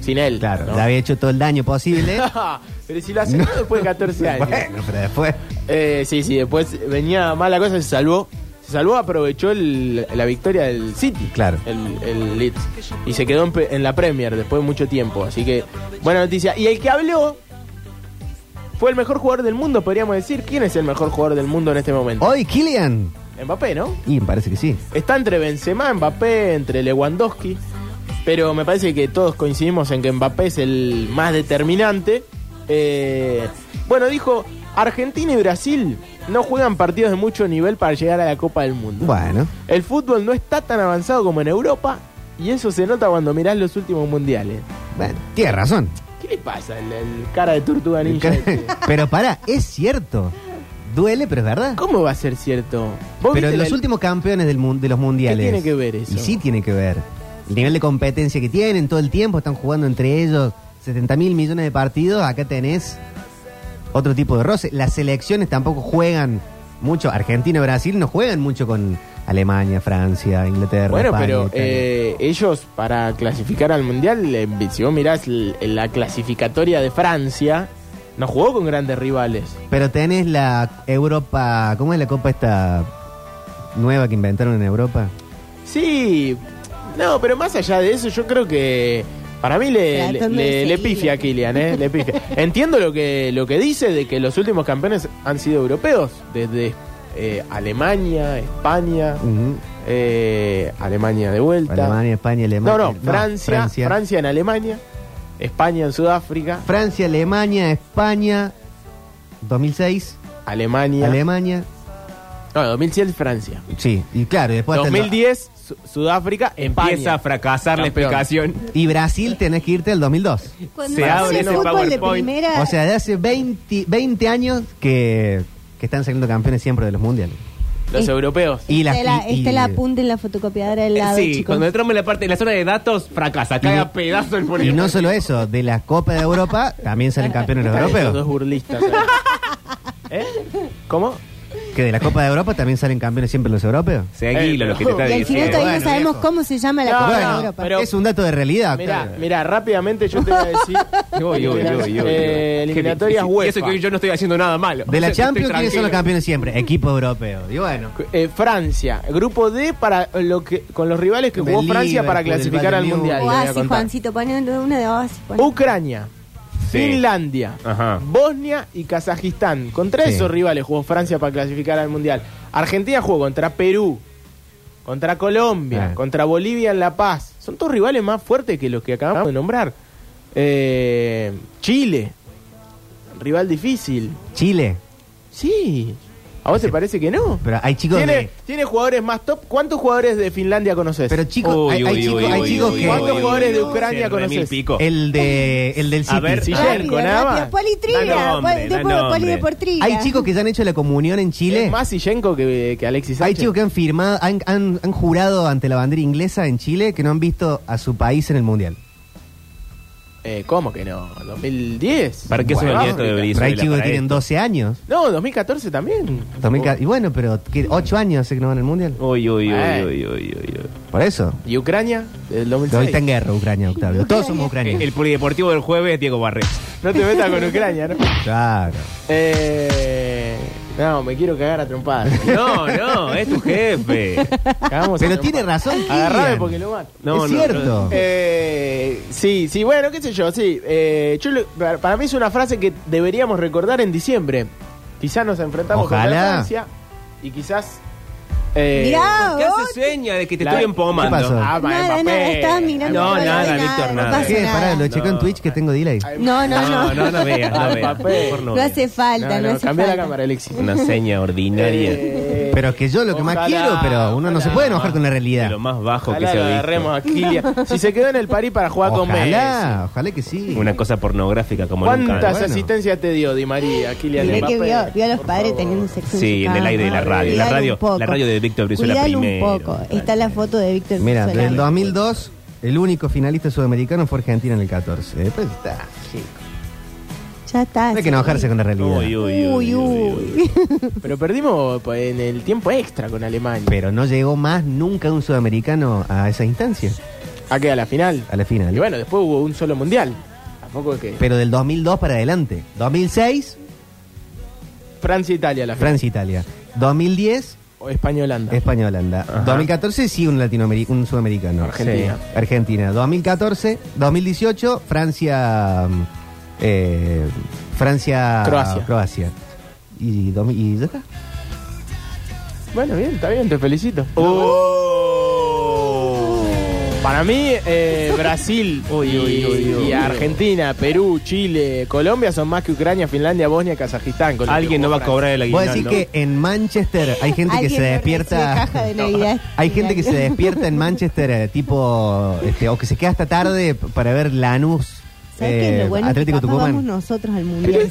Speaker 11: sin él. Claro,
Speaker 7: Le había hecho todo el daño posible.
Speaker 11: *laughs* pero si lo hacen
Speaker 7: No. *laughs*
Speaker 11: después de 14 años.
Speaker 7: bueno, pero después.
Speaker 11: Eh, sí, sí, después venía mal la cosa, se salvó. Se salvó, aprovechó el- la victoria del City.
Speaker 7: Claro.
Speaker 11: El, el Leeds. Y se quedó en, pe- en la Premier después de mucho tiempo. Así que, buena noticia. Y el que habló fue el mejor jugador del mundo, podríamos decir. ¿Quién es el mejor jugador del mundo en este momento?
Speaker 7: Hoy, Kylian.
Speaker 11: Mbappé, ¿no?
Speaker 7: Y me parece que sí.
Speaker 11: Está entre Benzema, Mbappé, entre Lewandowski. Pero me parece que todos coincidimos en que Mbappé es el más determinante. Eh, bueno, dijo, Argentina y Brasil no juegan partidos de mucho nivel para llegar a la Copa del Mundo.
Speaker 7: Bueno.
Speaker 11: El fútbol no está tan avanzado como en Europa y eso se nota cuando mirás los últimos mundiales.
Speaker 7: Bueno, tiene razón.
Speaker 11: ¿Qué le pasa al al cara de tortuga ninja? este?
Speaker 7: *laughs* Pero pará, es cierto. Duele, pero es verdad.
Speaker 11: ¿Cómo va a ser cierto? ¿Vos
Speaker 7: Pero
Speaker 11: viste
Speaker 7: los
Speaker 11: la-
Speaker 7: últimos campeones del mun- de los mundiales.
Speaker 11: tiene que ver eso?
Speaker 7: Y sí tiene que ver. El nivel de competencia que tienen todo el tiempo, están jugando entre ellos 70 mil millones de partidos. Acá tenés otro tipo de roce. Las selecciones tampoco juegan mucho. Argentina, Brasil no juegan mucho con Alemania, Francia, Inglaterra.
Speaker 11: Bueno,
Speaker 7: España,
Speaker 11: pero
Speaker 7: Italia.
Speaker 11: eh, ellos para clasificar al Mundial, eh, si vos mirás l- la clasificatoria de Francia, no jugó con grandes rivales.
Speaker 7: Pero tenés la Europa. ¿Cómo es la copa esta nueva que inventaron en Europa?
Speaker 11: Sí, no, pero más allá de eso, yo creo que para mí le, le,
Speaker 7: Tratando
Speaker 11: le-
Speaker 7: de
Speaker 11: le
Speaker 7: seguir.
Speaker 11: pifia a Kylian, ¿eh? Le pifia.
Speaker 7: *laughs*
Speaker 11: Entiendo lo que, lo que dice de que los últimos campeones han sido europeos, desde eh, Alemania, España,
Speaker 7: Ujú.
Speaker 11: eh, Alemania de vuelta.
Speaker 7: Alemania, España, Alemania.
Speaker 11: no, no, Francia, Francia, en Alemania, España en Sudáfrica,
Speaker 7: Francia, Alemania, España, 2006,
Speaker 11: Alemania.
Speaker 7: Alemania.
Speaker 11: no, 2007 Francia.
Speaker 7: Sí, y claro, y después hasta el-
Speaker 11: 2010 Su- Sudáfrica, España.
Speaker 4: Empieza a fracasar la
Speaker 11: Campeón.
Speaker 4: explicación.
Speaker 7: Y Brasil tenés que irte al 2002.
Speaker 15: Cuando
Speaker 4: Se
Speaker 15: hacen
Speaker 4: abre ese
Speaker 15: fútbol de
Speaker 4: PowerPoint.
Speaker 11: Eh.
Speaker 15: primera,
Speaker 7: O sea, de hace 20, 20 años que, que están saliendo campeones siempre de los mundiales.
Speaker 11: Los europeos.
Speaker 7: Y las-
Speaker 15: este la,
Speaker 7: y-
Speaker 15: este la
Speaker 7: y-
Speaker 15: apunta en la fotocopiadora del lado,
Speaker 4: sí,
Speaker 15: chicos.
Speaker 4: cuando entramos en la parte, en la zona de datos, fracasa, cae a pedazo el
Speaker 7: Y
Speaker 4: poliéster.
Speaker 7: no solo eso, de la Copa de Europa también salen
Speaker 15: *laughs*
Speaker 7: campeones los
Speaker 11: Estos
Speaker 7: europeos.
Speaker 11: dos burlistas. ¿eh? ¿Eh? ¿Cómo?
Speaker 7: Que de la Copa de Europa también salen campeones siempre los europeos.
Speaker 4: Seguilo lo que te está
Speaker 15: Y al final
Speaker 4: diciendo.
Speaker 15: todavía
Speaker 7: bueno,
Speaker 15: no sabemos
Speaker 7: viejo.
Speaker 15: cómo se llama la
Speaker 11: No,
Speaker 15: Copa
Speaker 11: no,
Speaker 15: de Europa.
Speaker 11: pero-
Speaker 7: Es un dato de realidad.
Speaker 11: Mira,
Speaker 7: claro.
Speaker 11: mira, rápidamente yo te voy a decir.
Speaker 4: Voy, voy, voy, voy, voy.
Speaker 11: Eh, eliminatorias
Speaker 4: Qué difícil. Y eso
Speaker 11: UEFA.
Speaker 4: que hoy yo no estoy haciendo nada malo.
Speaker 7: De la
Speaker 4: Estoy
Speaker 7: Champions, ¿quiénes son los
Speaker 4: tranquilo.
Speaker 7: campeones *laughs* siempre? Equipo europeo. Y bueno.
Speaker 11: Eh, Francia, grupo D para lo que con los rivales que jugó
Speaker 7: Del
Speaker 11: Francia para
Speaker 7: Liverpool,
Speaker 11: clasificar
Speaker 7: del
Speaker 11: al
Speaker 7: Bayern
Speaker 11: mundial. te voy a
Speaker 15: Oasis,
Speaker 11: contar.
Speaker 15: Juancito, poniendo una de Oasis. Juan.
Speaker 11: Ucrania,
Speaker 4: Sí.
Speaker 11: Finlandia,
Speaker 4: Ajá.
Speaker 11: Bosnia y Kazajistán. Contra
Speaker 7: Sí.
Speaker 11: esos rivales jugó Francia para clasificar al mundial. Argentina jugó contra Perú, contra Colombia,
Speaker 7: Ah.
Speaker 11: contra Bolivia en La Paz. Son todos rivales más fuertes que los que acabamos de nombrar. Eh, Chile, rival difícil.
Speaker 7: Chile.
Speaker 11: Sí. ¿A vos te parece que no?
Speaker 7: Pero hay chicos
Speaker 11: ¿Tiene,
Speaker 7: de-
Speaker 11: tiene jugadores más top. ¿Cuántos jugadores de Finlandia conoces?
Speaker 7: Pero chicos,
Speaker 4: Uy,
Speaker 7: hay,
Speaker 4: uy,
Speaker 7: hay
Speaker 4: uy,
Speaker 7: chicos,
Speaker 4: uy,
Speaker 7: hay
Speaker 4: uy,
Speaker 7: chicos
Speaker 4: uy,
Speaker 7: que.
Speaker 4: uy,
Speaker 11: ¿Cuántos
Speaker 4: uy,
Speaker 11: jugadores
Speaker 4: uy,
Speaker 11: de
Speaker 4: uy,
Speaker 11: Ucrania
Speaker 4: uy, remil
Speaker 11: conoces?
Speaker 4: pico.
Speaker 7: El de el del City.
Speaker 4: A ver,
Speaker 11: Sí,
Speaker 15: Rápido,
Speaker 11: Guillermo, nada
Speaker 15: rápido.
Speaker 11: más.
Speaker 4: Da
Speaker 15: Politrivia,
Speaker 4: nombre,
Speaker 15: poli-
Speaker 4: da
Speaker 15: después
Speaker 4: nombre.
Speaker 15: poli de por trivia.
Speaker 7: Hay chicos que ya han hecho la comunión en Chile.
Speaker 11: Es más Sillenko que, que Alexis
Speaker 7: Hay
Speaker 11: Sánchez.
Speaker 7: chicos que han firmado, han, han- han jurado ante la bandera inglesa en Chile que no han visto a su país en el mundial.
Speaker 11: Eh, ¿Cómo que no? ¿2010?
Speaker 4: ¿Para qué se
Speaker 11: Bueno,
Speaker 4: venía esto de
Speaker 7: Pero
Speaker 4: Brizuela?
Speaker 7: hay chicos que
Speaker 4: para
Speaker 7: tienen
Speaker 4: esto?
Speaker 7: 12 años.
Speaker 11: No, 2014 también.
Speaker 7: 2000 y bueno, pero 8 años hace que no van al mundial.
Speaker 4: Uy, uy, uy,
Speaker 11: Eh.
Speaker 4: uy, uy, uy, uy.
Speaker 7: Por eso.
Speaker 11: ¿Y Ucrania? Del
Speaker 7: Pero hoy está en
Speaker 11: 2006.
Speaker 7: guerra Ucrania, Octavio. Todos somos
Speaker 4: Eh,
Speaker 7: ucranianos.
Speaker 4: El polideportivo del jueves, Diego Barré.
Speaker 11: No te metas con Ucrania, ¿no?
Speaker 7: Claro.
Speaker 11: Eh, no, me quiero cagar a trompadas.
Speaker 4: No, no, es tu jefe.
Speaker 11: Cagamos a
Speaker 7: Pero tiene
Speaker 11: trompadas.
Speaker 7: razón.
Speaker 11: Agarrame
Speaker 7: Kylian.
Speaker 11: porque lo mato.
Speaker 4: No, no,
Speaker 7: es cierto.
Speaker 4: no.
Speaker 11: Eh, sí, sí, bueno, qué sé yo, sí. Eh, yo lo- para- para mí es una frase que deberíamos recordar en diciembre. Quizás nos enfrentamos con
Speaker 7: Ojalá.
Speaker 11: Francia y quizás... eh,
Speaker 15: Mirá,
Speaker 4: ¿Qué
Speaker 15: vos.
Speaker 4: hace seña de que te
Speaker 11: La-
Speaker 4: estoy
Speaker 7: ¿Qué pasó?
Speaker 4: empomando?
Speaker 15: Nada,
Speaker 11: Ah, Mbappé.
Speaker 15: nada, estabas mirando
Speaker 11: Ah,
Speaker 4: No,
Speaker 15: el
Speaker 4: nada,
Speaker 15: reloj,
Speaker 4: Víctor,
Speaker 15: no
Speaker 4: nada.
Speaker 15: pasa
Speaker 7: ¿Qué?
Speaker 15: nada.
Speaker 7: Pará, lo checo en
Speaker 4: No.
Speaker 7: Twitch que tengo delay.
Speaker 15: No, no, no.
Speaker 4: No, no, no veas, no veas.
Speaker 11: Mbappé.
Speaker 4: Por favor, no
Speaker 15: No
Speaker 4: veas.
Speaker 15: hace falta, no, hace
Speaker 11: cambia
Speaker 15: falta.
Speaker 11: la cámara, Alexis.
Speaker 4: Una seña ordinaria.
Speaker 11: Eh,
Speaker 7: Pero que yo lo que más
Speaker 11: ojalá,
Speaker 7: quiero, pero uno no se
Speaker 11: ojalá.
Speaker 7: puede enojar con la
Speaker 4: De
Speaker 7: realidad.
Speaker 4: lo más bajo que
Speaker 11: Ojalá
Speaker 4: se
Speaker 11: lo
Speaker 4: ha
Speaker 11: agarremos
Speaker 4: visto.
Speaker 11: a Kylian. Si se quedó en el París para jugar con Messi.
Speaker 7: Ojalá, ojalá que sí.
Speaker 4: Una cosa pornográfica como nunca.
Speaker 11: ¿Cuántas
Speaker 7: Bueno.
Speaker 11: asistencias te dio Di María, Kylian
Speaker 15: Mirá que
Speaker 11: Mbappé?
Speaker 15: vio, vio a los padres teniendo sexo.
Speaker 4: Sí, en el aire de la radio. La radio, la radio de Víctor Brizuela
Speaker 15: Cuidalo un
Speaker 4: primero.
Speaker 15: poco. Está la foto de Víctor
Speaker 7: Mira,
Speaker 15: Brizuela.
Speaker 7: del 2002, el único finalista sudamericano fue Argentina en el 14. Después está.
Speaker 15: Ya está.
Speaker 7: No hay que enojarse con la realidad. Ah, Uy, uy,
Speaker 15: Uy, uy.
Speaker 11: Pero perdimos pues, en el tiempo extra con Alemania.
Speaker 7: Pero no llegó más nunca un sudamericano a esa instancia.
Speaker 11: ¿A qué? ¿A Ah, la final?
Speaker 7: A la final.
Speaker 11: Y bueno, después hubo un solo mundial. Tampoco es que.
Speaker 7: Pero del 2002 para adelante. 2006,
Speaker 11: Francia-Italia e la final.
Speaker 7: Francia-Italia. 2010,
Speaker 11: O e España-Holanda.
Speaker 4: Eh.
Speaker 7: España-Holanda. 2014, sí, un, latinoameri- un sudamericano.
Speaker 11: Argentina.
Speaker 7: Sí, Argentina. 2014, 2018, Francia. mm, eh, Francia.
Speaker 11: Croacia.
Speaker 7: Y, dos mil- y ya está.
Speaker 11: Bueno, bien, está bien, te felicito. Para mí,
Speaker 4: *laughs*
Speaker 11: eh, Brasil y, y Argentina, Perú, Chile, Colombia son más que Ucrania, Finlandia, Bosnia, Kazajistán. con lo que
Speaker 4: Alguien no
Speaker 11: jugó
Speaker 4: va a
Speaker 11: Francia.
Speaker 4: cobrar el
Speaker 7: Vos
Speaker 4: aguinaldo.
Speaker 7: decís que en Manchester hay gente que
Speaker 15: Alguien
Speaker 7: se
Speaker 15: no
Speaker 7: despierta.
Speaker 15: recibe caja de Navidad.
Speaker 7: Hay gente que se despierta en Manchester, eh, tipo. este, o que se queda hasta tarde p- para ver Lanús.
Speaker 15: ¿Sabes qué?
Speaker 7: eh,
Speaker 15: Lo bueno es que
Speaker 7: Atlético
Speaker 15: capaz vamos
Speaker 7: Tucumán.
Speaker 15: nosotros al mundial.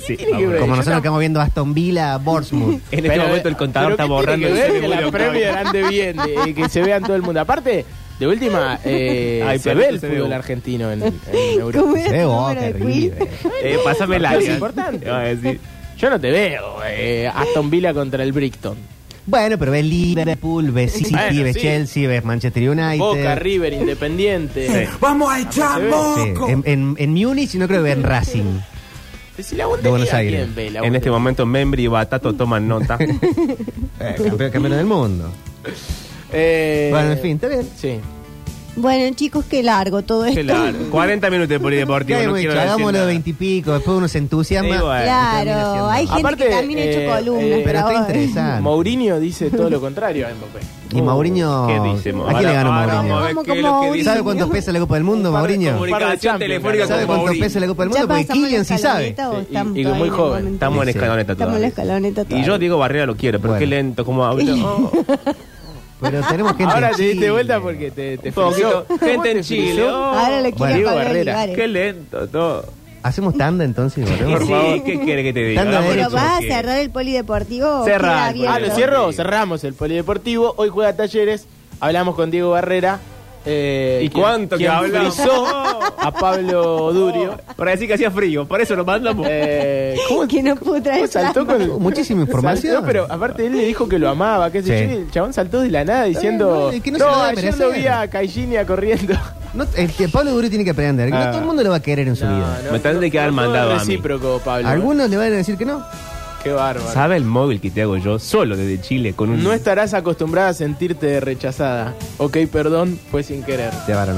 Speaker 7: Como nosotros estamos viendo Aston Villa,
Speaker 15: *laughs*
Speaker 7: Bournemouth.
Speaker 4: En este momento
Speaker 11: eh,
Speaker 4: el contador está borrando
Speaker 11: que
Speaker 4: el
Speaker 11: ver
Speaker 4: celu
Speaker 11: que
Speaker 4: de
Speaker 11: la
Speaker 4: Octavio.
Speaker 11: Premier ande bien,
Speaker 4: *laughs*
Speaker 11: de- que se vean todo el mundo. Aparte, de última, eh,
Speaker 4: Ay,
Speaker 11: se
Speaker 4: pero
Speaker 11: ve
Speaker 4: esto
Speaker 11: el
Speaker 4: se ve
Speaker 11: fútbol
Speaker 4: vos.
Speaker 11: argentino en, en Europa.
Speaker 15: ¿Cómo era
Speaker 7: Se
Speaker 15: tu
Speaker 7: vos,
Speaker 15: número de
Speaker 7: terrible.
Speaker 15: quiz?
Speaker 4: Eh, pásame el
Speaker 11: Es
Speaker 4: área.
Speaker 11: importante. Yo no te veo. eh, Aston Villa contra el Brighton.
Speaker 7: Bueno, pero ves Liverpool, ves City,
Speaker 11: Bueno,
Speaker 7: ves
Speaker 11: sí.
Speaker 7: Chelsea, ves Manchester United.
Speaker 11: Boca, River, Independiente.
Speaker 13: Vamos a echar
Speaker 7: Sí, En, en, en Múnich y no creo que en Racing.
Speaker 11: Si la
Speaker 7: De Buenos Aires.
Speaker 4: En este momento Membri y Batato toman
Speaker 11: *laughs*
Speaker 4: nota.
Speaker 7: Eh, campeón, campeón del mundo. Eh, Bueno, en fin, está bien.
Speaker 11: Eh, Sí.
Speaker 15: Bueno, chicos, qué largo todo esto.
Speaker 4: Qué largo. 40 minutos de polideportivo, no
Speaker 7: Ya hemos
Speaker 4: quiero
Speaker 7: hecho, hagámoslo de
Speaker 4: decir
Speaker 7: veintipico, después uno se entusiasma.
Speaker 4: Sí, bueno.
Speaker 15: Claro, hay gente
Speaker 11: Aparte,
Speaker 15: que también ha
Speaker 11: eh,
Speaker 15: hecho columnas.
Speaker 11: eh,
Speaker 7: Pero está
Speaker 15: ahora-
Speaker 7: interesante.
Speaker 11: Mourinho dice todo lo contrario a Mbappé.
Speaker 7: Y Mourinho.
Speaker 4: ¿Qué dice, Mo?
Speaker 7: ¿A quién le ganó
Speaker 4: Ahora
Speaker 7: Mourinho?
Speaker 4: vamos a ver
Speaker 15: Vamos
Speaker 4: qué es
Speaker 15: con
Speaker 4: lo que dice.
Speaker 7: ¿Sabe cuánto pesa la Copa del Mundo,
Speaker 11: par de
Speaker 7: Maurinho?
Speaker 4: Comunicación telefónica
Speaker 7: ¿Sabe
Speaker 4: con
Speaker 7: cuánto
Speaker 4: Mourinho.
Speaker 7: pesa la Copa del
Speaker 15: ¿Ya
Speaker 7: Mundo? Porque
Speaker 15: pasamos la
Speaker 7: Killian sí sabe.
Speaker 15: escaloneta o
Speaker 11: Sí, y-
Speaker 15: estamos
Speaker 11: y muy
Speaker 15: todavía en el
Speaker 11: joven,
Speaker 15: momento?
Speaker 4: Estamos en
Speaker 7: Sí, sí.
Speaker 4: escaloneta
Speaker 15: Estamos en la
Speaker 4: todavía.
Speaker 15: escaloneta
Speaker 4: Y yo
Speaker 15: todavía.
Speaker 4: digo Barrera lo quiero, pero
Speaker 7: Bueno.
Speaker 4: qué lento, como habla. Oh,
Speaker 7: Pero tenemos gente.
Speaker 11: Ahora
Speaker 7: en
Speaker 11: te diste
Speaker 7: Chile.
Speaker 11: vuelta porque te, te
Speaker 4: poquito.
Speaker 11: frició.
Speaker 4: Gente en Chile. oh.
Speaker 15: Ahora lo
Speaker 7: Bueno,
Speaker 15: quiero
Speaker 7: Diego
Speaker 15: pagar
Speaker 11: Barrera,
Speaker 4: Qué lento todo.
Speaker 7: Hacemos tanda entonces,
Speaker 4: Y
Speaker 7: boludo.
Speaker 4: sí, ¿qué quiere que te diga?
Speaker 7: Tanda de
Speaker 4: Vámonos,
Speaker 15: Pero va a
Speaker 4: porque-
Speaker 15: cerrar el polideportivo. o queda
Speaker 4: Cerra el
Speaker 15: abierto?
Speaker 11: Ah, ¿lo
Speaker 4: polideportivo.
Speaker 11: cierro? Cerramos el polideportivo. Hoy juega Talleres. Hablamos con Diego Barrera. eh,
Speaker 4: ¿Y
Speaker 11: quien-
Speaker 4: cuánto que
Speaker 11: quien
Speaker 4: hablamos?
Speaker 11: frisó
Speaker 4: *laughs*
Speaker 11: a Pablo Durio.
Speaker 4: Para decir que hacía frío, por eso lo mandamos.
Speaker 15: *laughs*
Speaker 11: Eh, ¿Cómo
Speaker 15: Que no pudo traer
Speaker 11: ¿Cómo saltó
Speaker 15: plata.
Speaker 11: con
Speaker 7: Muchísima información.
Speaker 11: Saltó, pero aparte él le dijo que lo amaba, qué sé
Speaker 7: Sí.
Speaker 11: yo, y el chabón saltó de la nada diciendo,
Speaker 7: bueno, y que no
Speaker 11: no,
Speaker 7: se lo debe
Speaker 11: ayer lo vi
Speaker 7: merecer".
Speaker 11: a Caillinia
Speaker 7: *laughs*
Speaker 11: corriendo.
Speaker 7: No, el que Pablo Duro tiene que aprender. que no
Speaker 11: Ah.
Speaker 7: todo el mundo lo va a querer en su vida.
Speaker 4: Me tendré que haber
Speaker 11: todo
Speaker 4: mandado a mí.
Speaker 11: recíproco, Pablo.
Speaker 7: Algunos le van a decir que no.
Speaker 11: Qué bárbaro.
Speaker 4: ¿Sabe el móvil que te hago yo solo desde Chile con un
Speaker 11: No estarás acostumbrada a sentirte rechazada. Ok, perdón, fue sin querer.
Speaker 7: Te van a